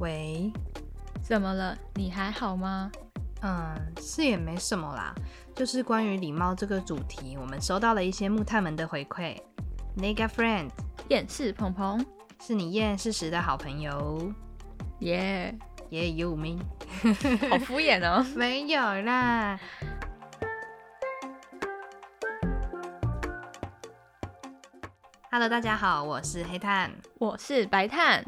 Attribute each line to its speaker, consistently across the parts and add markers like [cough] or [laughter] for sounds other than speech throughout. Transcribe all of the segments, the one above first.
Speaker 1: 喂，
Speaker 2: 怎么了？你还好吗？
Speaker 1: 嗯，是也没什么啦，就是关于礼貌这个主题，我们收到了一些木炭们的回馈。Nega friend
Speaker 2: 厌世鹏鹏，
Speaker 1: 是你厌世时的好朋友，
Speaker 2: 耶、
Speaker 1: 也有名。
Speaker 2: [laughs] 好敷衍哦。
Speaker 1: 没有啦。Hello，大家好，我是黑炭，
Speaker 2: 我是白炭，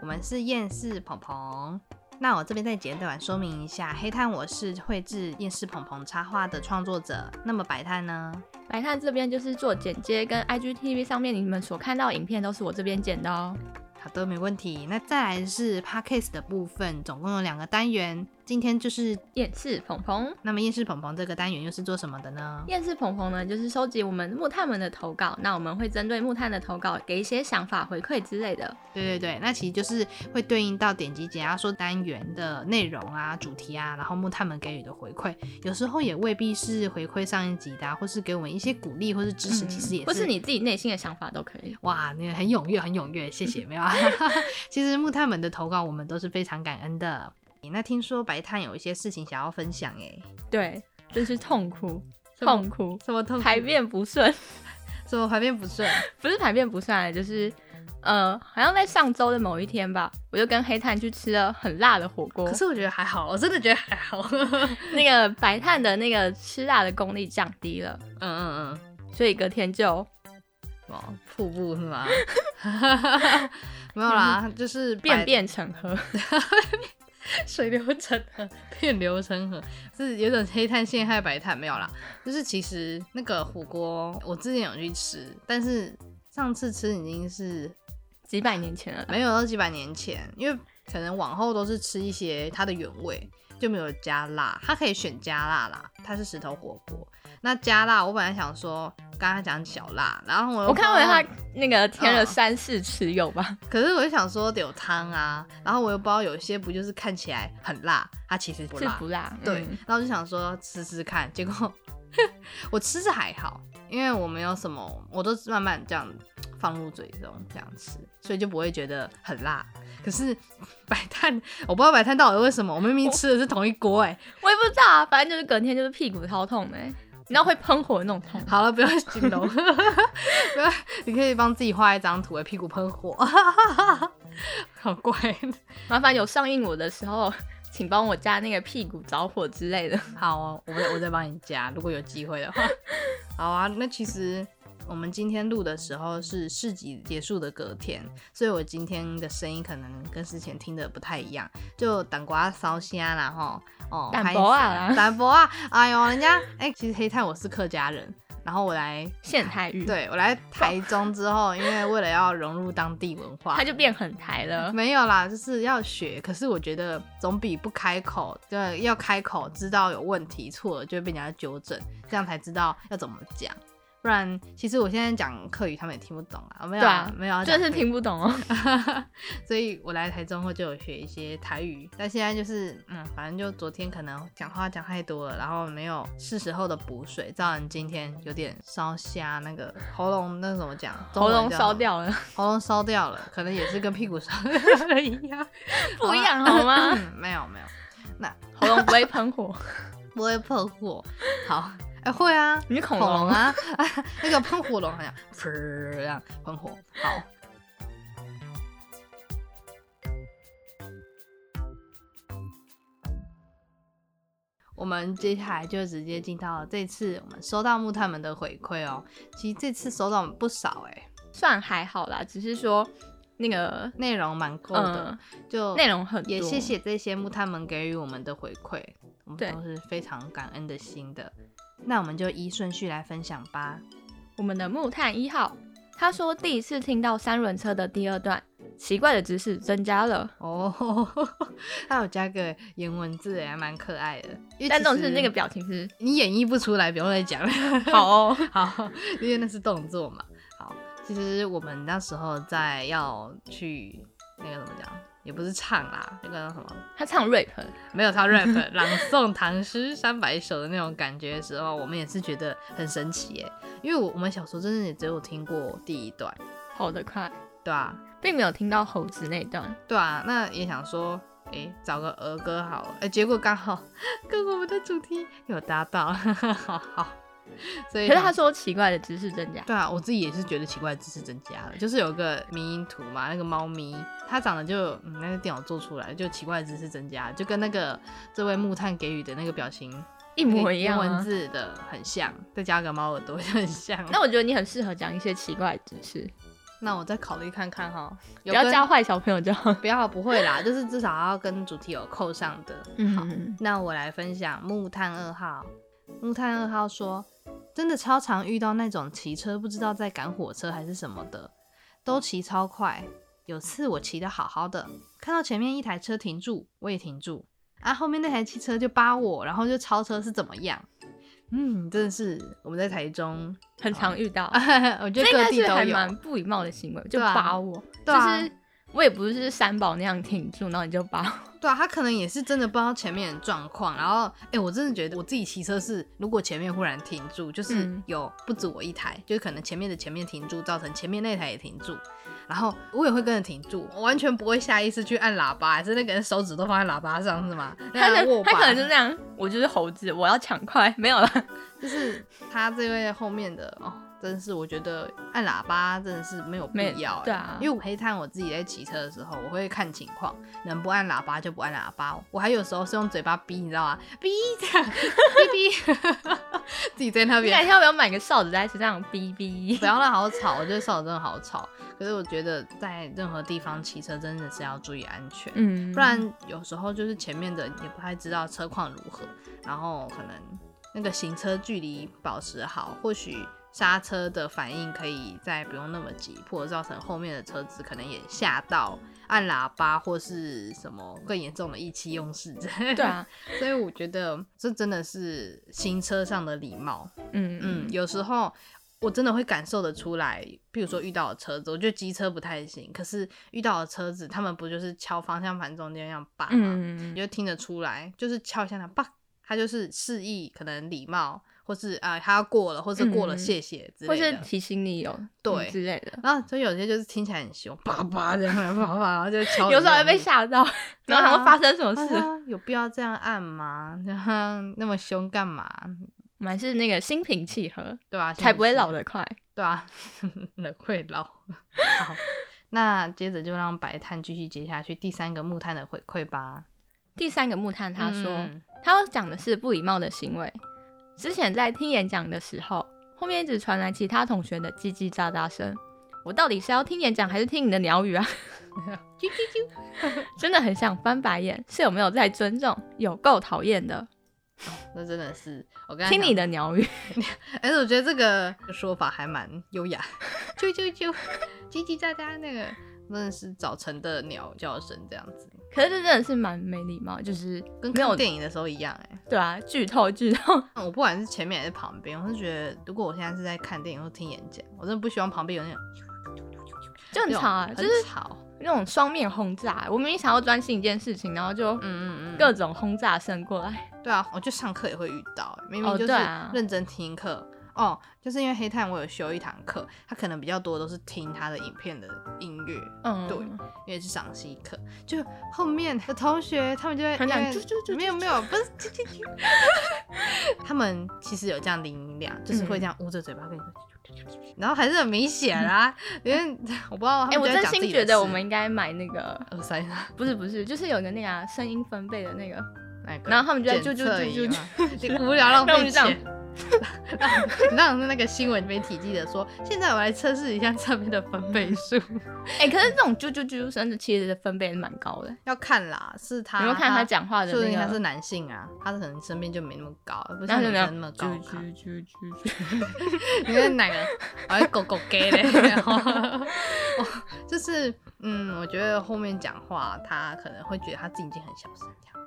Speaker 1: 我们是厌世鹏鹏。那我这边再简短说明一下，黑炭我是绘制厌世鹏鹏插画的创作者，那么白炭呢？
Speaker 2: 白炭这边就是做剪接，跟 IGTV 上面你们所看到的影片都是我这边剪的哦。
Speaker 1: 好的，没问题。那再来是 podcast 的部分，总共有两个单元，今天就是
Speaker 2: 厌世鹏鹏，
Speaker 1: 那么厌世鹏鹏这个单元又是做什么的呢？
Speaker 2: 厌世鹏鹏呢，就是收集我们木炭们的投稿，那我们会针对木炭的投稿给一些想法、回馈之类的。
Speaker 1: 对对对，那其实就是会对应到点击解压缩单元的内容啊、主题啊，然后木炭们给予的回馈，有时候也未必是回馈上一集的、啊，或是给我们一些鼓励或是支持，其实也是。
Speaker 2: 嗯或是你自己内心的想法都可以。
Speaker 1: 哇，你很踊跃，很踊跃，谢谢，没有啊。其实木炭们的投稿我们都是非常感恩的。那听说白炭有一些事情想要分享诶，
Speaker 2: 对，真是痛苦，
Speaker 1: 什么
Speaker 2: 痛苦，
Speaker 1: 什么痛
Speaker 2: 排便不顺，
Speaker 1: 什么排便不顺，
Speaker 2: 不是排便不顺，就是呃，好像在上周的某一天吧，我就跟黑炭去吃了很辣的火锅
Speaker 1: 可。是我觉得还好，我真的觉得还 [laughs] 好。
Speaker 2: 那个白炭的那个吃辣的功力降低了，
Speaker 1: 嗯嗯嗯，
Speaker 2: 所以隔天就
Speaker 1: 哦，瀑布是 [laughs] 吗？没有啦，就是白
Speaker 2: 便便成
Speaker 1: [laughs]
Speaker 2: 河。
Speaker 1: 水流成河， [laughs] 变流成河，是有种黑炭陷害白炭没有啦。就是其实那个火锅，我之前有去吃，但是上次吃已经是
Speaker 2: 几百年前了啦，
Speaker 1: 没有到几百年前，因为可能往后都是吃一些它的原味，就没有加辣。它可以选加辣啦，它是石头火锅。那加辣，我本来想说刚刚讲小辣，然后我又
Speaker 2: [laughs] 我看
Speaker 1: 不
Speaker 2: 完
Speaker 1: 知道
Speaker 2: 他那个添了
Speaker 1: 嗯
Speaker 2: 三四次有吧，
Speaker 1: 可是我就想说有汤啊，然后我又不知道有些不就是看起来很辣，它其 [laughs] 实不
Speaker 2: 是
Speaker 1: 辣。
Speaker 2: 不辣？
Speaker 1: 对
Speaker 2: 嗯，
Speaker 1: 然后就想说吃吃看，结果我吃是还好，因为我没有什么，我都是慢慢这样放入嘴中这样吃，所以就不会觉得很辣。可是白炭，我不知道白炭到底为什么，我明明吃的是同一锅哎、
Speaker 2: 我也不知道啊，反正就是隔天就是屁股超痛的欸、你知道会喷火的那种
Speaker 1: [laughs]
Speaker 2: 痛。
Speaker 1: 好了，不要形容， [laughs] 不要，你可以帮自己画一张图，哎屁股喷火， [laughs] 好怪。
Speaker 2: 麻烦有上映我的时候，请帮我加那个屁股着火之类的。
Speaker 1: 好、哦，我我再帮你加，如果有机会
Speaker 2: [laughs]
Speaker 1: 的话。好啊，那其实我们今天录的时候是市集结束的隔天，所以我今天的声音可能跟之前听的不太一样，就胆瓜烧虾啦吼，哦，
Speaker 2: 淡薄啊啦
Speaker 1: 拍死淡薄啊，哎呦，人家哎、其实黑炭我是客家人，然后我来。
Speaker 2: 现台语，，
Speaker 1: 对我来台中之后，因为为了要融入当地文化
Speaker 2: 它，就变很台了。
Speaker 1: 没有啦，就是要学。可是我觉得总比不开口，对，要开口知道有问题错了就会被人家纠正，这样才知道要怎么讲。不然，其实我现在讲客语他们也听不懂啊，没有啊，
Speaker 2: 对啊
Speaker 1: 没有啊，
Speaker 2: 就是
Speaker 1: 讲客语
Speaker 2: 听不懂哦，
Speaker 1: [laughs] 所以我来台中后就有学一些台语，但现在就是嗯，反正就昨天可能讲话讲太多了，然后没有是时候的补水，造成今天有点烧瞎那个喉咙，那怎么讲？中
Speaker 2: 喉
Speaker 1: 文
Speaker 2: 咙
Speaker 1: 叫
Speaker 2: 烧
Speaker 1: 什么，
Speaker 2: 掉了，
Speaker 1: 喉咙烧掉了，可能也是跟屁股烧掉了一样。
Speaker 2: [laughs] 不一样好吗？
Speaker 1: 嗯，没有没有，
Speaker 2: [laughs] 喉咙不会喷火，
Speaker 1: 不会喷火。好，哎、会啊，
Speaker 2: 你是恐
Speaker 1: 恐
Speaker 2: 龙
Speaker 1: 龙
Speaker 2: 啊？ [laughs]
Speaker 1: 啊， [laughs] 那个喷火龙好像噗这样喷火。好，我们接下来就直接进到这次我们收到木炭们的回馈哦。其实这次收到不少哎、
Speaker 2: 算还好啦，只是说那个
Speaker 1: 内容蛮够的，
Speaker 2: 嗯
Speaker 1: 就
Speaker 2: 内容很多，
Speaker 1: 也谢谢这些木炭们给予我们的回馈，我们
Speaker 2: 对
Speaker 1: 都是非常感恩的心的。那我们就依顺序来分享吧。
Speaker 2: 我们的木炭一号。他说第一次听到三轮车的第二段，奇怪的知识增加了，
Speaker 1: 哦， [laughs] 还有加个颜文字，也还蛮可爱的。因为
Speaker 2: 但
Speaker 1: 其
Speaker 2: 总是
Speaker 1: 实
Speaker 2: 那个表情是
Speaker 1: 你演绎不出来，不用再讲了。
Speaker 2: [laughs]
Speaker 1: [laughs]
Speaker 2: 好哦，
Speaker 1: 好，因为那是动作嘛。好，其实我们那时候在要去那个怎么讲，也不是唱啦，那个叫什么
Speaker 2: [laughs] 他唱 rap，
Speaker 1: 没有他 rap
Speaker 2: [laughs]
Speaker 1: 朗诵唐诗三百首的那种感觉的时候，我们也是觉得很神奇耶。因为我我们小时候真的也只有听过第一段，
Speaker 2: 跑得快，
Speaker 1: 对啊，
Speaker 2: 并没有听到猴子那一段。
Speaker 1: 对啊，那也想说，诶，找个儿歌好了，诶，结果刚好跟我们的主题有搭到， [laughs] 好好。所以
Speaker 2: 可是
Speaker 1: 想
Speaker 2: 他说奇怪的知识增加，
Speaker 1: 对啊，我自己也是觉得奇怪，知识增加了。就是有个迷因图嘛，那个猫咪，它长得就嗯，那个电脑做出来就奇怪的知识增加，就跟那个这位木炭给予的那个表情
Speaker 2: 一模一样、
Speaker 1: 跟文
Speaker 2: 啊。
Speaker 1: 字的很像，再加个猫耳朵就很像。
Speaker 2: 那我觉得你很适合讲一些奇怪的知识，
Speaker 1: 那我再考虑看看哈，
Speaker 2: 不
Speaker 1: 有
Speaker 2: 要
Speaker 1: 跟
Speaker 2: 教坏小朋友就好。
Speaker 1: 不要不会啦， [laughs] 就是至少要跟主题有扣上的。好，
Speaker 2: 嗯，
Speaker 1: 那我来分享木炭二号。木炭二号说，真的超常遇到那种骑车不知道在赶火车还是什么的，都骑超快。有次我骑得好好的，看到前面一台车停住，我也停住，啊，后面那台汽车就扒我，然后就超车是怎么样？嗯，真的是我们在台中，
Speaker 2: 很常遇到，
Speaker 1: 我觉
Speaker 2: 啊
Speaker 1: 得
Speaker 2: 这应
Speaker 1: 各
Speaker 2: 该
Speaker 1: 地
Speaker 2: 是
Speaker 1: 都
Speaker 2: 还
Speaker 1: 有。
Speaker 2: 蛮不礼貌的行为，就
Speaker 1: 对啊
Speaker 2: 扒我，
Speaker 1: 对啊
Speaker 2: 就是我也不是三宝那样挺住，然后你就扒我。
Speaker 1: 对啊，他可能也是真的不知道前面的状况，然后，哎、我真的觉得我自己骑车是，如果前面忽然停住，就是
Speaker 2: 嗯
Speaker 1: 有不止我一台，就是可能前面的前面停住，造成前面那台也停住，然后我也会跟着停住，我完全不会下意识去按喇叭，还是那个人手指都放在喇叭上是吗？
Speaker 2: 他
Speaker 1: 那
Speaker 2: 可
Speaker 1: 握把
Speaker 2: 他可能就这样，我就是猴子，我要抢快，没有了。
Speaker 1: 就是他这位后面的哦，真是我觉得按喇叭真的是没有必
Speaker 2: 没
Speaker 1: 要、欸，
Speaker 2: 对啊
Speaker 1: 因为我黑炭我自己在骑车的时候，我会看情况，能不按喇叭就不按喇叭。我还有时候是用嘴巴逼，你知道吗？逼这样，
Speaker 2: [laughs]
Speaker 1: 逼 [laughs] 逼，自己在那
Speaker 2: 你改
Speaker 1: 边。
Speaker 2: 天要不要买个哨子在身上哔哔
Speaker 1: 不？要让好吵，我觉得扫真的好吵。可是我觉得在任何地方骑车真的是要注意安全。
Speaker 2: [laughs] 嗯，
Speaker 1: 不然有时候就是前面的也不太知道车况如何，然后可能那个行车距离保持好，或许刹车的反应可以再不用那么急迫，造成后面的车子可能也吓到按喇叭或是什么更严重的意气用事之类的。
Speaker 2: [laughs] 对，啊，
Speaker 1: [laughs] 所以我觉得这真的是行车上的礼貌。
Speaker 2: 嗯嗯
Speaker 1: 嗯，有时候我真的会感受得出来，譬如说遇到的车子，我觉得机车不太行，可是遇到的车子，他们不就是敲方向盘中间那样叭嘛，你
Speaker 2: 嗯，
Speaker 1: 就听得出来，就是敲一下它叭，他就是示意可能礼貌，或是啊、他要过了，或是过了
Speaker 2: 嗯
Speaker 1: 谢谢之
Speaker 2: 或
Speaker 1: 类
Speaker 2: 是
Speaker 1: 的。
Speaker 2: 提醒你有
Speaker 1: 对
Speaker 2: 之类的，
Speaker 1: 然后所以有些就是听起来很凶，叭叭这样，叭叭，然后就敲你的脸。
Speaker 2: 有时候还被吓到，
Speaker 1: 对
Speaker 2: 然
Speaker 1: 啊
Speaker 2: 后想说发生什么
Speaker 1: 啊。
Speaker 2: 事，
Speaker 1: 有必要这样按吗？ [laughs] 然后那么凶干嘛？
Speaker 2: 我们还是那个心平气和，
Speaker 1: 对吧、啊？
Speaker 2: 才不会
Speaker 1: 现在是
Speaker 2: 老得快。
Speaker 1: 对啊， [laughs] 人会老。好，那接着就让白炭继续接下去第三个木炭的回馈吧。
Speaker 2: 第三个木炭他说，
Speaker 1: 嗯
Speaker 2: 他要讲的是不礼貌的行为。之前在听演讲的时候，后面一直传来其他同学的叽叽喳喳声。我到底是要听演讲还是听你的鸟语啊？ [laughs]
Speaker 1: 啾啾啾，
Speaker 2: 真的很想翻白眼，是有没有在尊重？有够讨厌的，
Speaker 1: 那真的是我刚才
Speaker 2: 听你
Speaker 1: 的，
Speaker 2: 的鸟语。
Speaker 1: 而且哎我觉得这个说法还蛮优雅，啾啾啾，叽叽喳喳，那个真的是早晨的鸟叫声这样子，
Speaker 2: 可是这真的是蛮没礼貌，就是
Speaker 1: 跟
Speaker 2: 没有
Speaker 1: 看电影的时候一样哎、
Speaker 2: 对啊，剧透剧透。
Speaker 1: 我不管是前面还是旁边，我是觉得如果我现在是在看电影或听演讲，我真的不希望旁边有那种
Speaker 2: 就很吵啊，
Speaker 1: 那
Speaker 2: 就
Speaker 1: 种
Speaker 2: 是
Speaker 1: 很吵，
Speaker 2: 那种双面轰炸。我明明想要专心一件事情，然后就
Speaker 1: 嗯嗯嗯，
Speaker 2: 各种轰炸声过来。
Speaker 1: 对啊，我就上课也会遇到，明
Speaker 2: 哦
Speaker 1: 明就是
Speaker 2: 对啊
Speaker 1: 认真听课。哦，就是因为黑炭，我有修一堂课，他可能比较多都是听他的影片的音乐，
Speaker 2: 嗯，
Speaker 1: 对因为是赏析课。就后面的同学他们就在
Speaker 2: 很
Speaker 1: 因
Speaker 2: 想
Speaker 1: 为
Speaker 2: 啾啾啾啾
Speaker 1: 没有没有，不是啾啾啾， [laughs] 他们其实有这样的音量，就是
Speaker 2: 嗯
Speaker 1: 会这样捂着嘴巴跟你说啾啾啾啾啾，然后还是很明显啦，因为 [laughs] 我不知道他们
Speaker 2: 嗯哎、我
Speaker 1: 就在
Speaker 2: 真
Speaker 1: 讲自
Speaker 2: 心
Speaker 1: 己
Speaker 2: 觉
Speaker 1: 的事
Speaker 2: 得我们应该买那个，
Speaker 1: 耳塞
Speaker 2: 不是不是，就是有个那个、啊、声音分贝的那个，
Speaker 1: 那个
Speaker 2: 然后他们就在
Speaker 1: 检
Speaker 2: 啾啾
Speaker 1: 测
Speaker 2: 啾
Speaker 1: 仪
Speaker 2: 啾
Speaker 1: 嘛，这无聊浪
Speaker 2: 那我
Speaker 1: 费
Speaker 2: 们就这样
Speaker 1: 钱。 [laughs] 让那个新闻里面体记得说，现在我来测试一下上面的分贝数，
Speaker 2: 哎、可是这种啾啾啾声的其实分贝是蛮高的，
Speaker 1: [laughs] 要看啦，是他，
Speaker 2: 你会看他讲话的
Speaker 1: 啊说不定
Speaker 2: 那
Speaker 1: 他是
Speaker 2: 个，
Speaker 1: 男性啊，他可能身边就没那么高，不
Speaker 2: 然
Speaker 1: 像
Speaker 2: 后
Speaker 1: 女
Speaker 2: 就
Speaker 1: 生那么
Speaker 2: 样
Speaker 1: 高
Speaker 2: 啾
Speaker 1: 吧。
Speaker 2: 啾
Speaker 1: [laughs]
Speaker 2: 啾啾啾，
Speaker 1: 你是哪个？我还狗狗 gay 嘞，哦就是嗯，我觉得后面讲话他可能会觉得他自己已经很小声这样。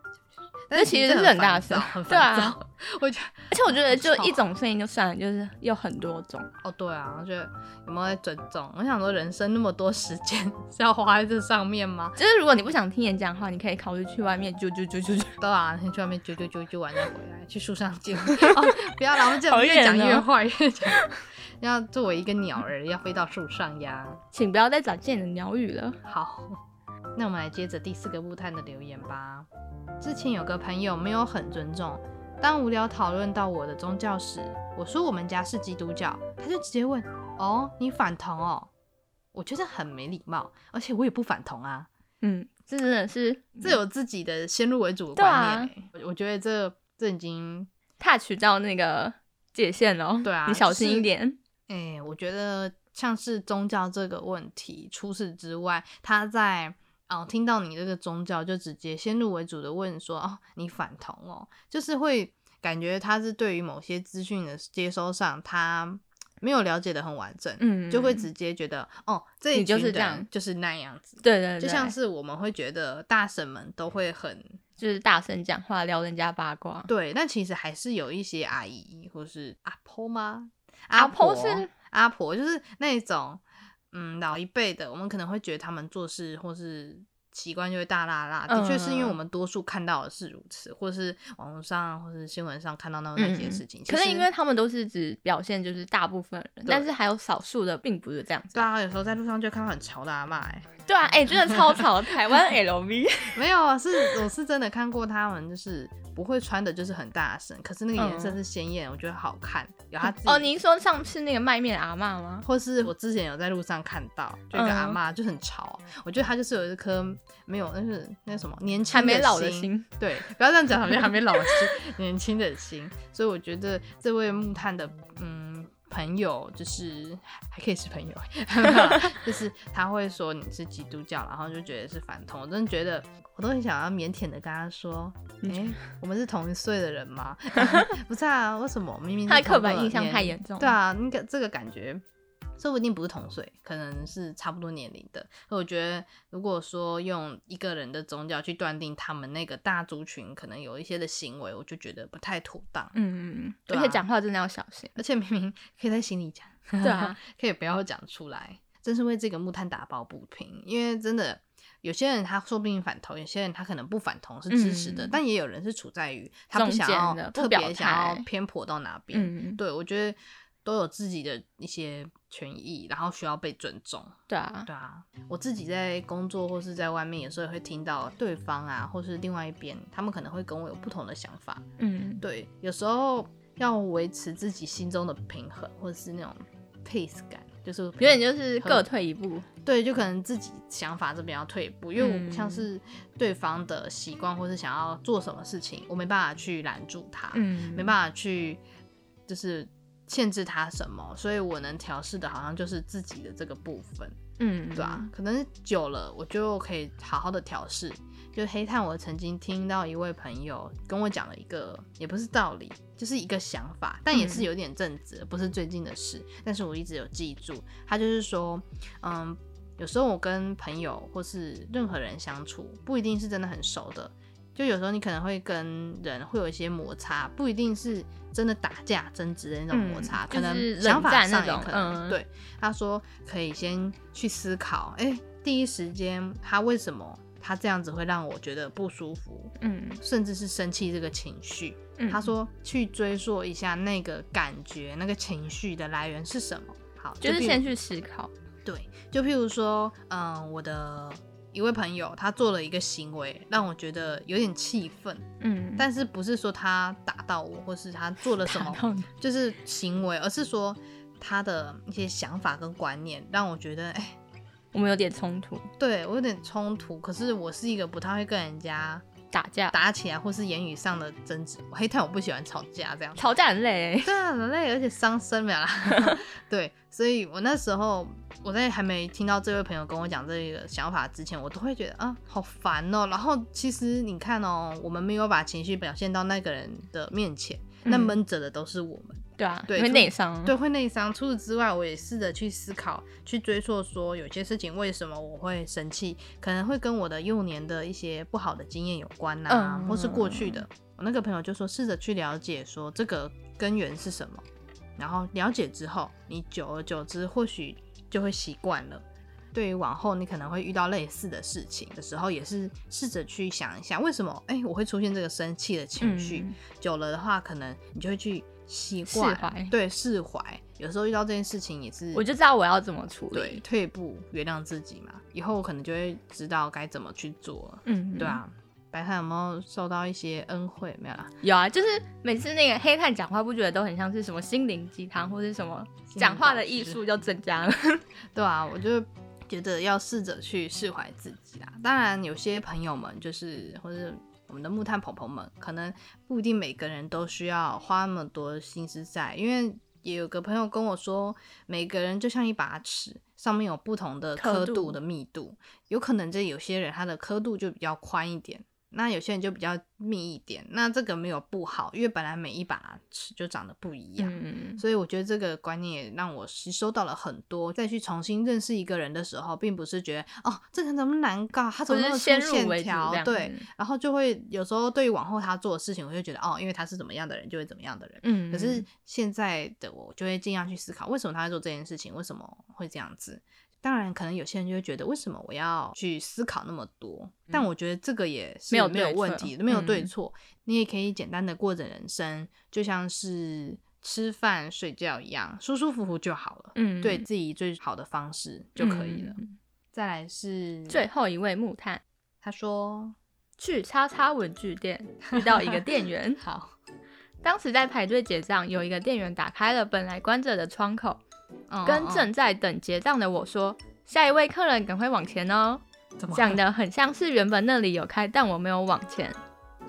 Speaker 1: 但
Speaker 2: 那其实
Speaker 1: 真的
Speaker 2: 是很大
Speaker 1: 烦躁
Speaker 2: 声
Speaker 1: 很
Speaker 2: 对
Speaker 1: 烦
Speaker 2: 啊
Speaker 1: 躁。我觉得
Speaker 2: 而且我觉得就
Speaker 1: 好吵
Speaker 2: 一种声音就算了，就是有很多种。
Speaker 1: 哦，对啊，我觉得有没有在尊重？我想说，人生那么多时间 [laughs] 是要花在这上面吗？
Speaker 2: 就是如果你不想听演讲的话，你可以考虑去外面啾啾啾啾啾。
Speaker 1: 对啊，你去外面啾啾啾啾完再回来，去树上啾。哦，不要啦，我们这样
Speaker 2: 好
Speaker 1: 越讲
Speaker 2: 远哦
Speaker 1: 越坏，越讲。 [laughs] 要作为一个鸟儿，要飞到树上呀。
Speaker 2: 请不要再找见你的鸟语了。
Speaker 1: 好， [laughs] 那我们来接着第四个木炭的留言吧。之前有个朋友没有很尊重，当无聊讨论到我的宗教时，我说我们家是基督教，他就直接问：“哦，你反同哦？”我觉得很没礼貌，而且我也不反同啊，
Speaker 2: 嗯，这真的是
Speaker 1: 这有自己的先入为主的
Speaker 2: 对
Speaker 1: 观
Speaker 2: 啊
Speaker 1: 念欸、我我觉得这这已经，
Speaker 2: touch 到那个界限了。
Speaker 1: 对啊
Speaker 2: 你小心一点。
Speaker 1: 哎、我觉得像是宗教这个问题，除此之外，他在哦听到你这个宗教，就直接先入为主的问说哦，你反同哦，就是会感觉他是对于某些资讯的接收上，他没有了解的很完整，
Speaker 2: 嗯，
Speaker 1: 就会直接觉得哦，这一
Speaker 2: 你就
Speaker 1: 群
Speaker 2: 是这
Speaker 1: 人
Speaker 2: 样
Speaker 1: 就是那样子。
Speaker 2: 对对对，嗯
Speaker 1: 就像是我们会觉得大神们都会很
Speaker 2: 就是大声讲话撩人家八卦。
Speaker 1: 对，但其实还是有一些阿姨或是阿婆吗？
Speaker 2: 阿
Speaker 1: 婆
Speaker 2: 婆是
Speaker 1: 阿婆，就是那种嗯老一辈的，我们可能会觉得他们做事或是习惯就会大辣辣，的确是因为我
Speaker 2: 嗯
Speaker 1: 们多数看到的是如此，或是网络上或是新闻上看到那那些
Speaker 2: 嗯
Speaker 1: 事情。其
Speaker 2: 可能
Speaker 1: 实
Speaker 2: 因为他们都是只表现就是大部分人，
Speaker 1: 对
Speaker 2: 但是还有少数的并不是这样子。
Speaker 1: 对啊，有时候在路上就看到很潮的阿嬷、欸，
Speaker 2: 对啊，哎、真 [laughs] 的超吵，台湾 LV。
Speaker 1: 没有啊，是我是真的看过他们，就是不会穿的，就是很大声，可是那个颜色
Speaker 2: 嗯
Speaker 1: 是鲜艳，我觉得好看，有他自己
Speaker 2: [laughs] 哦，您说上次那个卖面的阿嬷吗？
Speaker 1: 或是我之前有在路上看到，就一个阿
Speaker 2: 嗯
Speaker 1: 嬷就很潮，我觉得她就是有一颗没有，那是那什么年轻
Speaker 2: 还没老的
Speaker 1: 心，
Speaker 2: 心，
Speaker 1: 对，不要这样讲，好像还没老的心，年轻的心，所以我觉得这位木炭的嗯朋友就是还可以是朋友， [laughs] 就是他会说你是基督教，然后就觉得是反同，我真的觉得我都很想要腼腆的跟他说，哎、我们是同一岁的人吗？ [laughs] 不是啊，为什么明明是
Speaker 2: 哎他的刻
Speaker 1: 同个
Speaker 2: 板印象
Speaker 1: 年
Speaker 2: 太
Speaker 1: 龄
Speaker 2: 严重。
Speaker 1: 对，啊，那个这个感觉，说不定不是同岁，可能是差不多年龄的。所以我觉得，如果说用一个人的宗教去断定他们那个大族群可能有一些的行为，我就觉得不太妥当。
Speaker 2: 嗯嗯，
Speaker 1: 对
Speaker 2: 嗯，
Speaker 1: 啊
Speaker 2: 而且讲话真的要小心。
Speaker 1: 而且明明可以在心里讲，
Speaker 2: 对啊，
Speaker 1: 可以不要讲出来，真是为这个木炭打抱不平。因为真的有些人他说不定反同，有些人他可能不反同是支持的，
Speaker 2: 嗯
Speaker 1: 但也有人是处在于他不
Speaker 2: 中
Speaker 1: 想
Speaker 2: 间
Speaker 1: 要
Speaker 2: 的不
Speaker 1: 特
Speaker 2: 表
Speaker 1: 别想要
Speaker 2: 态
Speaker 1: 偏颇到哪边。
Speaker 2: 嗯，
Speaker 1: 对，我觉得都有自己的一些权益，然后需要被尊重。
Speaker 2: 对啊，
Speaker 1: 对啊，我自己在工作或是在外面，有时候也会听到对方啊，或是另外一边，他们可能会跟我有不同的想法。
Speaker 2: 嗯，
Speaker 1: 对，有时候要维持自己心中的平衡，或者是那种 peace 感，就是有
Speaker 2: 有点就是各退一步。
Speaker 1: 对，就可能自己想法这边要退一步，因为我不
Speaker 2: 嗯
Speaker 1: 像是对方的习惯或是想要做什么事情，我没办法去拦住他。
Speaker 2: 嗯，
Speaker 1: 没
Speaker 2: 法。
Speaker 1: 办法去就是限制他什么，所以我能调试的好像就是自己的这个部分，
Speaker 2: 嗯，
Speaker 1: 对吧、可能久了我就可以好好的调试。就黑炭，我曾经听到一位朋友跟我讲了一个，也不是道理，就是一个想法，但也是有点正直，不是最近的事，但是我一直有记住。他就是说，嗯，有时候我跟朋友或是任何人相处，不一定是真的很熟的，就有时候你可能会跟人会有一些摩擦，不一定是真的打架争执的那种摩擦，
Speaker 2: 嗯
Speaker 1: 可
Speaker 2: 就
Speaker 1: 能
Speaker 2: 是冷
Speaker 1: 想法
Speaker 2: 战那
Speaker 1: 上也
Speaker 2: 种
Speaker 1: 可能、
Speaker 2: 嗯
Speaker 1: 对。他说可以先去思考，哎、第一时间他为什么他这样子会让我觉得不舒服，
Speaker 2: 嗯，
Speaker 1: 甚至是生气这个情绪。
Speaker 2: 嗯
Speaker 1: 他说去追溯一下那个感觉、那个情绪的来源是什么。好，
Speaker 2: 就是
Speaker 1: 比如
Speaker 2: 先去思考。
Speaker 1: 对，就譬如说，嗯，我的一位朋友他做了一个行为，让我觉得有点气愤，
Speaker 2: 嗯，
Speaker 1: 但是不是说他打到我，或是他做了什么
Speaker 2: 打到你
Speaker 1: 就是行为，而是说他的一些想法跟观念让我觉得，哎，
Speaker 2: 我们有点冲突，
Speaker 1: 对我有点冲突。可是我是一个不太会跟人家
Speaker 2: 打架，
Speaker 1: 打起来，或是言语上的争执，黑炭我不喜欢吵架这样子。
Speaker 2: 吵架很累欸。
Speaker 1: 对啊，很累，而且伤身了啦。对，所以我那时候我在还没听到这位朋友跟我讲这个想法之前，我都会觉得啊，好烦哦。然后其实你看哦，我们没有把情绪表现到那个人的面前，那
Speaker 2: 嗯
Speaker 1: 闷着的都是我们。
Speaker 2: 对啊，
Speaker 1: 对
Speaker 2: 因为
Speaker 1: 就
Speaker 2: 内伤，
Speaker 1: 对，会内伤。除此之外，我也试着去思考、去追溯，说有些事情为什么我会生气，可能会跟我的幼年的一些不好的经验有关呐、
Speaker 2: 嗯
Speaker 1: 或是过去的。我那个朋友就说，试着去了解，说这个根源是什么，然后了解之后，你久而久之或许就会习惯了。对于往后你可能会遇到类似的事情的时候，也是试着去想一下，为什么哎、我会出现这个生气的情绪？
Speaker 2: 嗯
Speaker 1: 久了的话，可能你就会去习
Speaker 2: 释
Speaker 1: 惯，
Speaker 2: 怀
Speaker 1: 对释怀。有时候遇到这件事情也是，
Speaker 2: 我就知道我要怎么处
Speaker 1: 对
Speaker 2: 理。
Speaker 1: 退步，原谅自己嘛。以后我可能就会知道该怎么去做了，
Speaker 2: 嗯，
Speaker 1: 对，啊。白炭有没有受到一些恩惠？没有啦，
Speaker 2: 有啊，就是每次那个黑炭讲话，不觉得都很像是什么心灵鸡汤，或是什么讲话的艺术就增
Speaker 1: [laughs]
Speaker 2: 加了。
Speaker 1: 对啊，我就觉得要试着去释怀自己啦。当然，有些朋友们就是或者我们的木炭朋朋们，可能不一定每个人都需要花那么多心思在，因为也有个朋友跟我说，每个人就像一把尺，上面有不同的刻
Speaker 2: 刻
Speaker 1: 度
Speaker 2: 度
Speaker 1: 的密度，有可能这有些人他的刻度就比较宽一点。那有些人就比较密一点，那这个没有不好，因为本来每一把尺就长得不一样。
Speaker 2: 嗯，
Speaker 1: 所以我觉得这个观念也让我吸收到了很多。再去重新认识一个人的时候，并不是觉得哦，这个人怎么难搞，他怎
Speaker 2: 或
Speaker 1: 么那
Speaker 2: 者
Speaker 1: 么
Speaker 2: 是
Speaker 1: 粗
Speaker 2: 先入
Speaker 1: 线
Speaker 2: 为主这
Speaker 1: 条，
Speaker 2: 样。嗯
Speaker 1: 对，，然后就会有时候对于往后他做的事情，我就觉得哦，因为他是怎么样的人，就会怎么样的人。
Speaker 2: 嗯，
Speaker 1: 可是现在的我就会尽量去思考，为什么他会做这件事情，为什么会这样子。当然，可能有些人就会觉得，为什么我要去思考那么多？但我觉得这个也是
Speaker 2: 嗯没有
Speaker 1: 没有
Speaker 2: 对
Speaker 1: 问
Speaker 2: 错
Speaker 1: 题，没有对
Speaker 2: 嗯
Speaker 1: 错。你也可以简单的过着人生，就像是吃饭、睡觉一样，舒舒服服就好了。
Speaker 2: 嗯，
Speaker 1: 对自己最好的方式就可以了。
Speaker 2: 嗯。
Speaker 1: 再来是
Speaker 2: 最后一位木炭
Speaker 1: 他说，
Speaker 2: 去叉叉文具店遇到一个店员
Speaker 1: [laughs] 好，
Speaker 2: 当时在排队结账，有一个店员打开了本来关着的窗口，
Speaker 1: 嗯
Speaker 2: 跟
Speaker 1: 嗯
Speaker 2: 正在等结账的我说：“下一位客人，赶快往前哦。”
Speaker 1: 嗯怎么
Speaker 2: 讲的很像是原本那里有开，但我没有往前。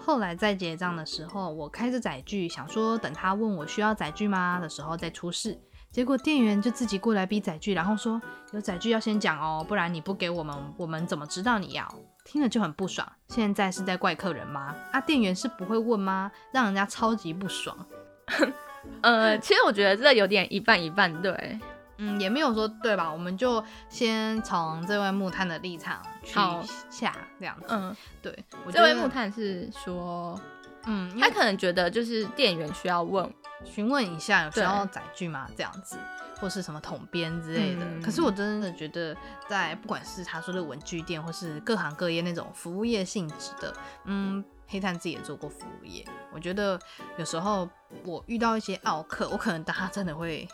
Speaker 1: 后来在结账的时候，我开着载具，想说等他问我需要载具吗的时候再出示。结果店员就自己过来逼载具，然后说有载具要先讲哦，不然你不给我们，我们怎么知道你要？听了就很不爽。现在是在怪客人吗？啊，店员是不会问吗？让人家超级不爽。
Speaker 2: 呃，其实我觉得这有点一半一半，对，
Speaker 1: 嗯，也没有说对吧？我们就先从这位木炭的立场去
Speaker 2: 好
Speaker 1: 下这样子。
Speaker 2: 嗯、
Speaker 1: 对，我觉
Speaker 2: 这
Speaker 1: 得
Speaker 2: 位木，炭是说，
Speaker 1: 嗯，因为
Speaker 2: 他可能觉得就是店员需要问，
Speaker 1: 询问一下有需
Speaker 2: 对
Speaker 1: 要载具吗？这样子，或是什么统编之类的。
Speaker 2: 嗯
Speaker 1: 可是我真的觉得，在不管是他说的文具店，或是各行各业那种服务业性质的，嗯，黑炭自己也做过服务业，我觉得有时候我遇到一些奥客，我可能大家真的会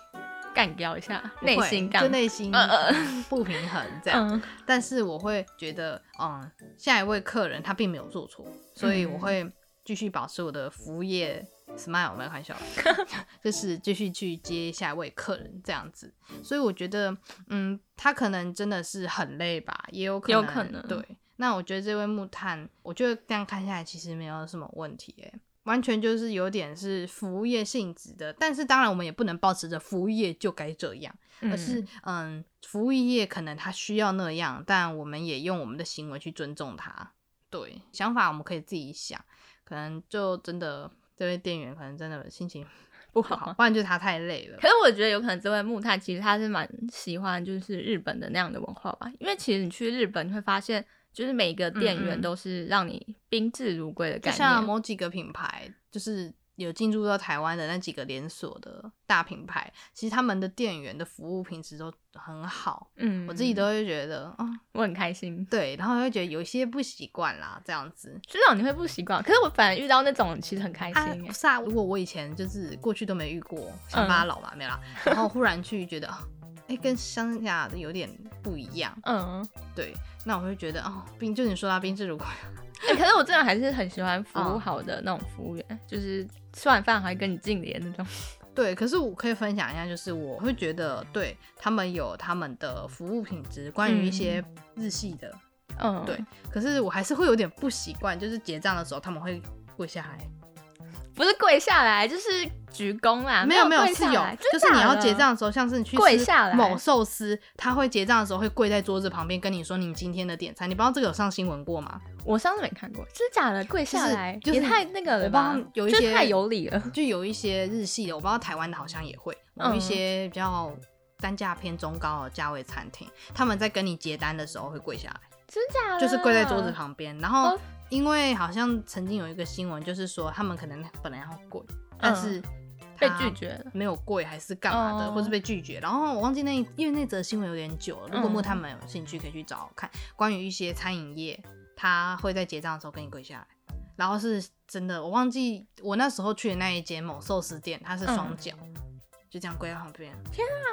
Speaker 2: 干掉一下，
Speaker 1: 不
Speaker 2: 内
Speaker 1: 会
Speaker 2: 心
Speaker 1: 就
Speaker 2: 干。
Speaker 1: 内心
Speaker 2: 嗯嗯
Speaker 1: 不平衡这样。
Speaker 2: 嗯，
Speaker 1: 但是我会觉得，嗯，下一位客人他并没有做错，所以我
Speaker 2: 嗯
Speaker 1: 会继续保持我的服务业 smile，没有开
Speaker 2: [laughs]
Speaker 1: 玩笑的，就是继续去接下一位客人这样子。所以我觉得，嗯，他可能真的是很累吧，也有可能，
Speaker 2: 有可能
Speaker 1: 对。那我觉得这位木炭，我觉得这样看下来其实没有什么问题、欸，完全就是有点是服务业性质的。但是当然，我们也不能保持着服务业就该这样。而是嗯，服务业可能他需要那样，但我们也用我们的行为去尊重他。对，想法我们可以自己想，可能就真的这位店员可能真的心情不
Speaker 2: 不好
Speaker 1: 好，嗯
Speaker 2: 吗？
Speaker 1: 不然就是他太累了
Speaker 2: 可。是嗯我觉得有可能这位木炭其实他是蛮喜欢就是日本的那样的文化吧，因为其实你去日本你会发现，就是每个店
Speaker 1: 嗯嗯
Speaker 2: 员都是让你宾至如归的
Speaker 1: 就
Speaker 2: 概
Speaker 1: 像
Speaker 2: 念。
Speaker 1: 某几个品牌，就是有进驻到台湾的那几个连锁的大品牌，其实他们的店员的服务品质都很好，
Speaker 2: 嗯
Speaker 1: 我自己都会觉得啊、哦
Speaker 2: 我很开心，
Speaker 1: 对，然后会觉得有一些不习惯啦，这样子。
Speaker 2: 就让你会不习惯。可是我反而遇到那种其实很开心、
Speaker 1: 啊，
Speaker 2: 欸嗯
Speaker 1: 不是啊，如果我以前就是过去都没遇过，乡巴佬嘛，没啦，然后忽然去觉得，啊哎、跟乡下的有点不一样，
Speaker 2: 嗯，
Speaker 1: 对，那我会觉得哦，宾，就你说到宾至如归， [laughs]
Speaker 2: [laughs] 哎、可是我真的还是很喜欢服务
Speaker 1: 哦
Speaker 2: 好的那种服务员，就是吃完饭还跟你敬礼的那种。
Speaker 1: 对，可是我可以分享一下，就是我会觉得，对他们有他们的服务品质，关于一些日系的，
Speaker 2: 嗯，
Speaker 1: 对可是我还是会有点不习惯，就是结账的时候他们会跪下来，
Speaker 2: 不是跪下来，就是鞠躬啦。
Speaker 1: 没
Speaker 2: 有
Speaker 1: 没
Speaker 2: 有啊跪
Speaker 1: 是
Speaker 2: 下
Speaker 1: 有
Speaker 2: 来，
Speaker 1: 就
Speaker 2: 真
Speaker 1: 是你
Speaker 2: 假
Speaker 1: 要
Speaker 2: 的啊
Speaker 1: 结账的时候，像是你去
Speaker 2: 跪
Speaker 1: 吃
Speaker 2: 下来
Speaker 1: 某寿司，他会结账的时候会跪在桌子旁边跟你说你今天的点餐。你不知道这个有上新闻过吗？
Speaker 2: 我上次没看过，真假的跪下
Speaker 1: 是
Speaker 2: 来、
Speaker 1: 就是
Speaker 2: 也太那个
Speaker 1: 我
Speaker 2: 了吧
Speaker 1: 帮？有一
Speaker 2: 就是
Speaker 1: 些
Speaker 2: 太有理了。
Speaker 1: 就有一些日系的，我不知道台湾的好像也会，有一
Speaker 2: 嗯
Speaker 1: 些比较单价偏中高的价位餐厅，他们在跟你结单的时候会跪下来，
Speaker 2: 真假的？
Speaker 1: 就是跪在桌子。旁边。然后
Speaker 2: 哦
Speaker 1: 因为好像曾经有一个新闻，就是说他们可能本来要跪，但是
Speaker 2: 嗯被
Speaker 1: 他
Speaker 2: 拒绝了。
Speaker 1: 没有跪还是干嘛的，
Speaker 2: 哦嗯
Speaker 1: 或是被拒绝。然后我忘记那，因为那则新闻有点久了，如果木炭们有兴趣可以去找看，关于一些餐饮业，他会在结账的时候跟你跪下来。然后是真的，我忘记我那时候去的那一间某寿司店，它是
Speaker 2: 嗯
Speaker 1: 双脚，就这样跪在旁边，
Speaker 2: 啊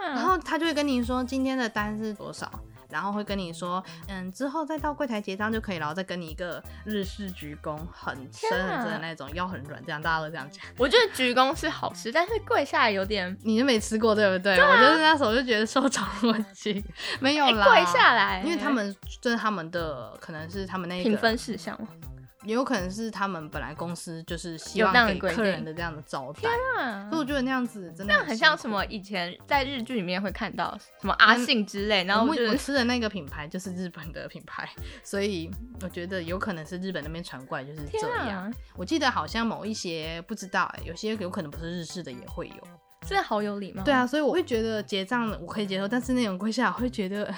Speaker 1: 然后他就会跟你说今天的单是多少，然后会跟你说，嗯，之后再到柜台结账就可以了，然后再跟你一个日式鞠躬，很深
Speaker 2: 天啊
Speaker 1: 很深的那种，腰很软，这样大家都这样讲。
Speaker 2: 我觉得鞠躬是好事，但是跪下来有点
Speaker 1: 你就没吃过对不对？我就是那时候就觉得受宠若惊，没有
Speaker 2: 啊哎
Speaker 1: 啦，
Speaker 2: 跪下来，
Speaker 1: 因为他们这是他们的，可能是他们那一个
Speaker 2: 评分事项嘛。
Speaker 1: 也有可能是他们本来公司就是希
Speaker 2: 有这样
Speaker 1: 望
Speaker 2: 的
Speaker 1: 给
Speaker 2: 规定
Speaker 1: 客人的这样的招待，
Speaker 2: 啊
Speaker 1: 所以我觉得那样子真的
Speaker 2: 那很像什
Speaker 1: 么。
Speaker 2: 么以前在日剧里面会看到什么阿信之类，然
Speaker 1: 嗯
Speaker 2: 后
Speaker 1: 我
Speaker 2: 啊我就是
Speaker 1: 我吃的那个品牌就是日本的品牌， [laughs] 所以我觉得有可能是日本那边传过来就是
Speaker 2: 天
Speaker 1: 这样。
Speaker 2: 啊，
Speaker 1: 我记得好像某一些不知道、欸，有些有可能不是日式的也会有。
Speaker 2: 真的好有礼貌。
Speaker 1: 对啊，，所以我会觉得结账我可以接受，但是那种跪下我会觉得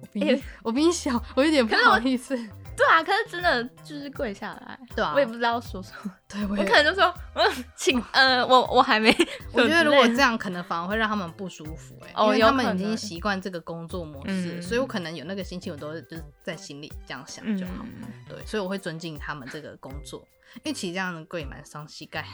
Speaker 1: 我比
Speaker 2: 哎
Speaker 1: 你我比你小，我有点不
Speaker 2: 可是我
Speaker 1: 好意思。
Speaker 2: 对啊，可是真的就是跪下来，
Speaker 1: 对 [laughs] 啊
Speaker 2: 我也不知道说什么，
Speaker 1: 对，我
Speaker 2: 我
Speaker 1: 也
Speaker 2: 可能就说，嗯，
Speaker 1: [laughs]
Speaker 2: 请，呃，我我还没，
Speaker 1: 我觉得如
Speaker 2: 之类 [laughs]
Speaker 1: 果
Speaker 2: 的
Speaker 1: 这样，可能反而会让他们不舒服、欸，哎、
Speaker 2: 哦
Speaker 1: 因为
Speaker 2: 有
Speaker 1: 他
Speaker 2: 可
Speaker 1: 们已
Speaker 2: 能
Speaker 1: 经习惯这个工作模式，
Speaker 2: 嗯
Speaker 1: 所以我可能有那个心情，我都会就是在心里这样想就好。
Speaker 2: 嗯，
Speaker 1: 对，所以我会尊敬他们这个工作，因为其实这样的跪蛮伤膝盖。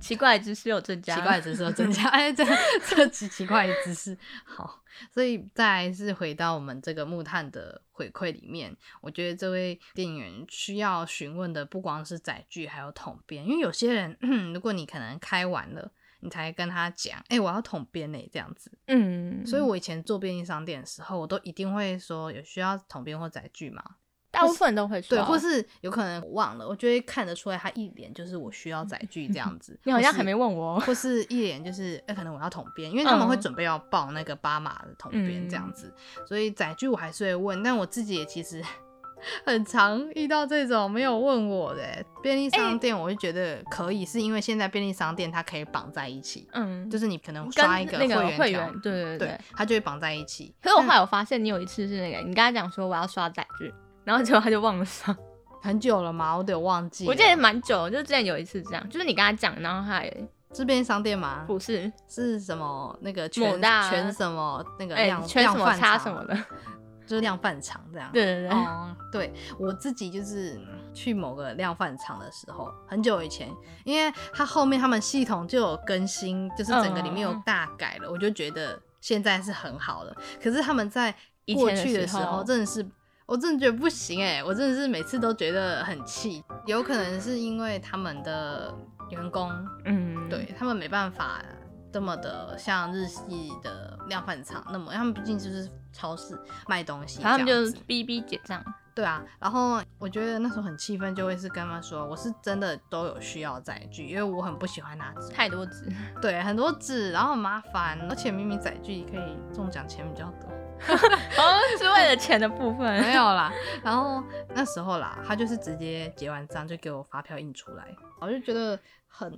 Speaker 2: 奇怪的知识有增加，
Speaker 1: 奇怪的姿势又增加，哎，这 [laughs] 这奇奇怪的姿势，好，所以再来是回到我们这个木炭的回馈里面，我觉得这位店员需要询问的不光是载具，还有统编，因为有些人，嗯如果你可能开完了，你才跟他讲，哎、我要统编嘞，这样子。
Speaker 2: 嗯，
Speaker 1: 所以我以前做便利商店的时候，我都一定会说有需要统编或载具嘛，
Speaker 2: 大部分都会说，。
Speaker 1: 对，或是有可能我忘了，我就会看得出来他一脸就是我需要载具这样子
Speaker 2: 嗯你好像
Speaker 1: 或是
Speaker 2: 还没问我哦
Speaker 1: 或是一脸就是，哎、可能我要统编，因为他们
Speaker 2: 嗯
Speaker 1: 会准备要报那个八码的统编这样子，所以载具我还是会问，但我自己也其实 [laughs] 很常遇到这种没有问我的、欸便利
Speaker 2: 哎
Speaker 1: 商店，我就觉得可以，是因为现在便利商店它可以绑在一起，
Speaker 2: 嗯，
Speaker 1: 就是你可能
Speaker 2: 跟
Speaker 1: 刷一
Speaker 2: 那
Speaker 1: 会
Speaker 2: 个
Speaker 1: 条，
Speaker 2: 会员，对对
Speaker 1: 对
Speaker 2: 对。，
Speaker 1: 它就会绑在一起。
Speaker 2: 可是我后来我发现，你有一次是那个，你跟他讲说我要刷载具，然后结果他就忘
Speaker 1: [laughs]
Speaker 2: 了刷。
Speaker 1: 很久了嘛，我得忘记了。
Speaker 2: 我记得蛮久的，就之前有一次这样，就是你跟他讲，然后他也
Speaker 1: 是便利商店吗？
Speaker 2: 不是，
Speaker 1: 是什么那个
Speaker 2: 某
Speaker 1: 全
Speaker 2: 大啊
Speaker 1: 全什么那个
Speaker 2: 哎、
Speaker 1: 量
Speaker 2: 圈什
Speaker 1: 量
Speaker 2: 么
Speaker 1: 贩
Speaker 2: 叉
Speaker 1: 场
Speaker 2: 什么的，
Speaker 1: [laughs] 就是量贩场这样。
Speaker 2: 对对对，
Speaker 1: 哦，对我自己就是去某个量贩场的时候，很久以前，因为它后面他们系统就有更新，就是整个里面有
Speaker 2: 嗯
Speaker 1: 大改了，我就觉得现在是很好了。可是他们在
Speaker 2: 以
Speaker 1: 过
Speaker 2: 前的
Speaker 1: 去的
Speaker 2: 时候
Speaker 1: 真的是。我真的觉得不行哎、我真的是每次都觉得很气，有可能是因为他们的员工
Speaker 2: 嗯，
Speaker 1: 对他们没办法这么的像日系的量贩场那么，他们毕竟就是超市卖东西这
Speaker 2: 然后他
Speaker 1: 样
Speaker 2: 们
Speaker 1: 子，
Speaker 2: 就逼逼结账，
Speaker 1: 对啊。然后我觉得那时候很气愤，就会是跟他们说，我是真的都有需要载具，因为我很不喜欢拿纸，
Speaker 2: 太多纸，
Speaker 1: 对，很多纸，然后很麻烦，而且明明载具可以中奖钱比较多，
Speaker 2: 哦，是为了钱的部分，
Speaker 1: 没有
Speaker 2: [laughs]
Speaker 1: 啦。然后那时候啦，他就是直接结完账就给我发票印出来，我就觉得很。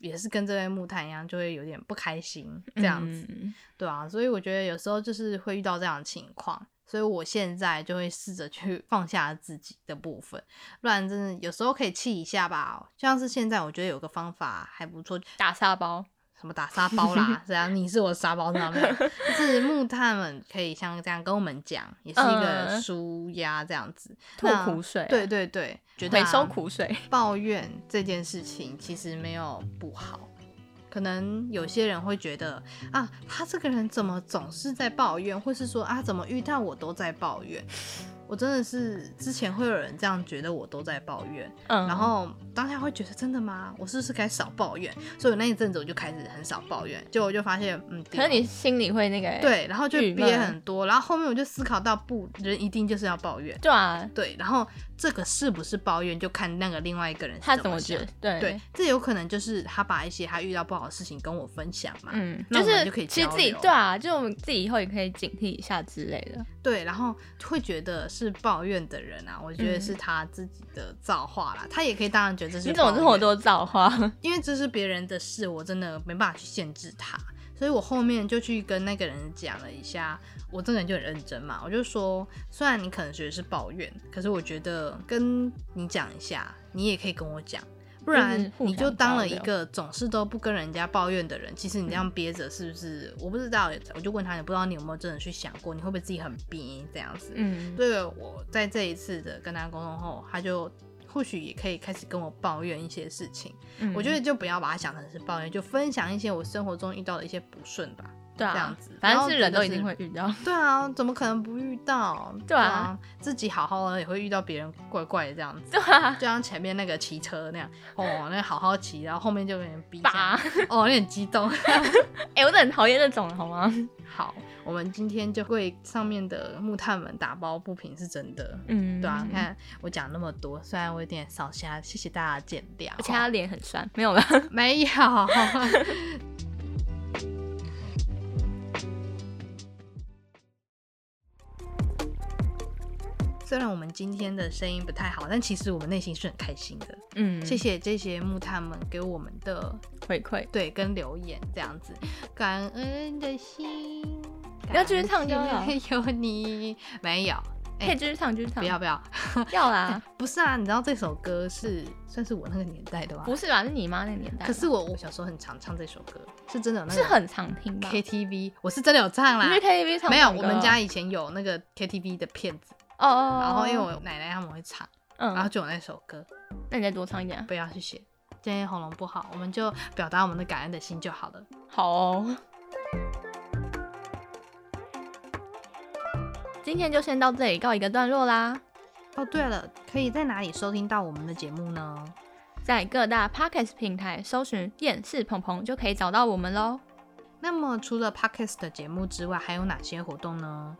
Speaker 1: 也是跟这位木炭一样，就会有点不开心这样子。
Speaker 2: 嗯
Speaker 1: 对啊，所以我觉得有时候就是会遇到这样的情况，所以我现在就会试着去放下自己的部分，不然真的有时候可以气一下吧。像是现在，我觉得有个方法还不错，
Speaker 2: 打沙包，
Speaker 1: 什么打沙包
Speaker 2: [laughs]
Speaker 1: 啦，这样你是我的沙包，知道没有？就是木炭们可以像这样跟我们讲，也是一个
Speaker 2: 嗯
Speaker 1: 舒压这样子，
Speaker 2: 吐
Speaker 1: 那
Speaker 2: 苦水，
Speaker 1: 对，对对，觉得
Speaker 2: 回
Speaker 1: 啊
Speaker 2: 收苦水，
Speaker 1: 抱怨这件事情其实没有不好，可能有些人会觉得啊，他这个人怎么总是在抱怨，或是说啊，怎么遇到我都在抱怨。我真的是之前会有人这样觉得我都在抱怨，
Speaker 2: 嗯，
Speaker 1: 然后当下会觉得真的吗？我是不是该少抱怨？所以我那一阵子我就开始很少抱怨，结果我就发现，嗯，
Speaker 2: 可是你心里会那个，
Speaker 1: 对，然后就
Speaker 2: 郁闷
Speaker 1: 憋很多，然后后面我就思考到不，人一定就是要抱怨，
Speaker 2: 对啊，
Speaker 1: 对，然后这个是不是抱怨，就看那个另外一个人是
Speaker 2: 他
Speaker 1: 怎
Speaker 2: 怎么觉
Speaker 1: 想
Speaker 2: 得？。对
Speaker 1: 对，，这有可能就是他把一些他遇到不好的事情跟我分享嘛，
Speaker 2: 嗯，
Speaker 1: 那我们
Speaker 2: 是
Speaker 1: 就可以
Speaker 2: 其实
Speaker 1: 交
Speaker 2: 自己
Speaker 1: 流
Speaker 2: 对啊，就我们自己以后也可以警惕一下之类的。
Speaker 1: 对，然后会觉得是抱怨的人啊，我觉得
Speaker 2: 嗯
Speaker 1: 是他自己的造化啦，他也可以当然觉得这是
Speaker 2: 你怎么
Speaker 1: 抱
Speaker 2: 这么
Speaker 1: 怨
Speaker 2: 多
Speaker 1: [laughs]
Speaker 2: 造化？
Speaker 1: 因为这是别人的事，我真的没办法去限制他，所以我后面就去跟那个人讲了一下，我这个人就很认真嘛，我就说，虽然你可能觉得是抱怨，可是我觉得跟你讲一下，你也可以跟我讲，不
Speaker 2: 就是
Speaker 1: 然
Speaker 2: 互
Speaker 1: 你就
Speaker 2: 相
Speaker 1: 当了
Speaker 2: 交
Speaker 1: 一
Speaker 2: 流嗯
Speaker 1: 个总是都不跟人家抱怨的人，其实你这样憋着是不是？我不知道，我就问他，你不知道你有没有真的去想过，你会不会自己很憋这样子？
Speaker 2: 嗯，
Speaker 1: 对我在这一次的跟他沟通后，他就或许也可以开始跟我抱怨一些事情。
Speaker 2: 嗯
Speaker 1: 我觉得就不要把它想成是抱怨，就分享一些我生活中遇到的一些不顺吧。
Speaker 2: 对啊，
Speaker 1: 这样子
Speaker 2: 反
Speaker 1: 然
Speaker 2: 正
Speaker 1: 后
Speaker 2: 是
Speaker 1: 真
Speaker 2: 人
Speaker 1: 的
Speaker 2: 都一定
Speaker 1: 是
Speaker 2: 会遇到。
Speaker 1: 对啊，怎么可能不遇到？
Speaker 2: 对啊，
Speaker 1: 自己好好的也会遇到别人怪怪的这样子，
Speaker 2: 对啊，
Speaker 1: 就像前面那个骑车那样，哦，那好好骑，然后后面就有人逼这
Speaker 2: 吧
Speaker 1: 样，哦，有点激动。
Speaker 2: [laughs]
Speaker 1: [laughs]
Speaker 2: 哎、我真的很讨厌那种，好吗？
Speaker 1: 好，我们今天就为上面的木炭们打抱不平，是真的。
Speaker 2: 嗯，
Speaker 1: 对啊，你，看我讲那么多，虽然我有点少瞎，谢谢大家见谅。
Speaker 2: 而且他脸很酸， [laughs] 没有了。
Speaker 1: 没有。 [laughs] 虽然我们今天的声音不太好，但其实我们内心是很开心的。
Speaker 2: 嗯，
Speaker 1: 谢谢这些木炭们给我们的
Speaker 2: 回馈。
Speaker 1: 对跟留言，这样子，感恩的心。
Speaker 2: 你要继续唱就好
Speaker 1: 感谢有你没有？哎
Speaker 2: 可以继续唱，继续唱。
Speaker 1: 不要不要，[laughs]
Speaker 2: 要啦，
Speaker 1: 不是啊，你知道这首歌是算是我那个年代的吗？
Speaker 2: 不是吧？是你妈那个年代吧，
Speaker 1: 可是我我小时候很常唱这首歌，是真的有那
Speaker 2: 是
Speaker 1: 个
Speaker 2: 很常听吧？
Speaker 1: KTV，我是真的有唱啦
Speaker 2: 你去。KTV 唱
Speaker 1: 没有，
Speaker 2: 这
Speaker 1: 我
Speaker 2: 种歌啊
Speaker 1: 们家以前有那个 KTV 的片子，
Speaker 2: 哦哦哦，
Speaker 1: 然后因为
Speaker 2: 哦
Speaker 1: 我奶奶他们会唱，然后
Speaker 2: 嗯，
Speaker 1: 就有那首歌，
Speaker 2: 那你再多唱一点啊。
Speaker 1: 不要去写。今天喉咙不好，我们就表达我们的感恩的心就好了。
Speaker 2: 好、哦。今天就先到这里告一个段落啦，
Speaker 1: 哦，对了，可以在哪里收听到我们的节目呢？
Speaker 2: 在各大 podcast 平台搜寻“厌世鹏鹏”就可以找到我们喽。
Speaker 1: 那么除了 Podcast 的节目之外，还有哪些活动呢？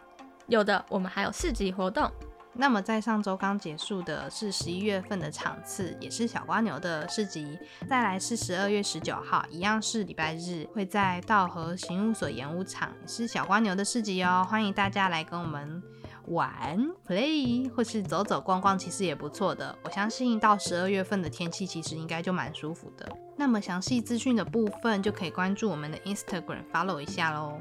Speaker 2: 有的，我们还有市集活动，
Speaker 1: 那么在上周刚结束的是十一月份的场次，也是小瓜牛的市集。再来是十二月十九号，一样是礼拜日，会在道和行务所演武场，也是小瓜牛的市集哦。欢迎大家来跟我们玩 play，或是走走逛逛，其实也不错的。我相信到十二月份的天气，其实应该就蛮舒服的。那么详细资讯的部分，就可以关注我们的 Instagram follow 一下喽。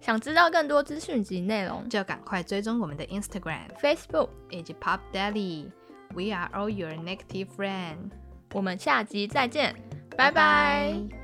Speaker 2: 想知道更多资讯及内容
Speaker 1: 就赶快追踪我们的 Instagram。
Speaker 2: ，Facebook，
Speaker 1: 以及 Pop Daddy。We are all your negative friend。
Speaker 2: 我们下集再见，拜拜
Speaker 1: 拜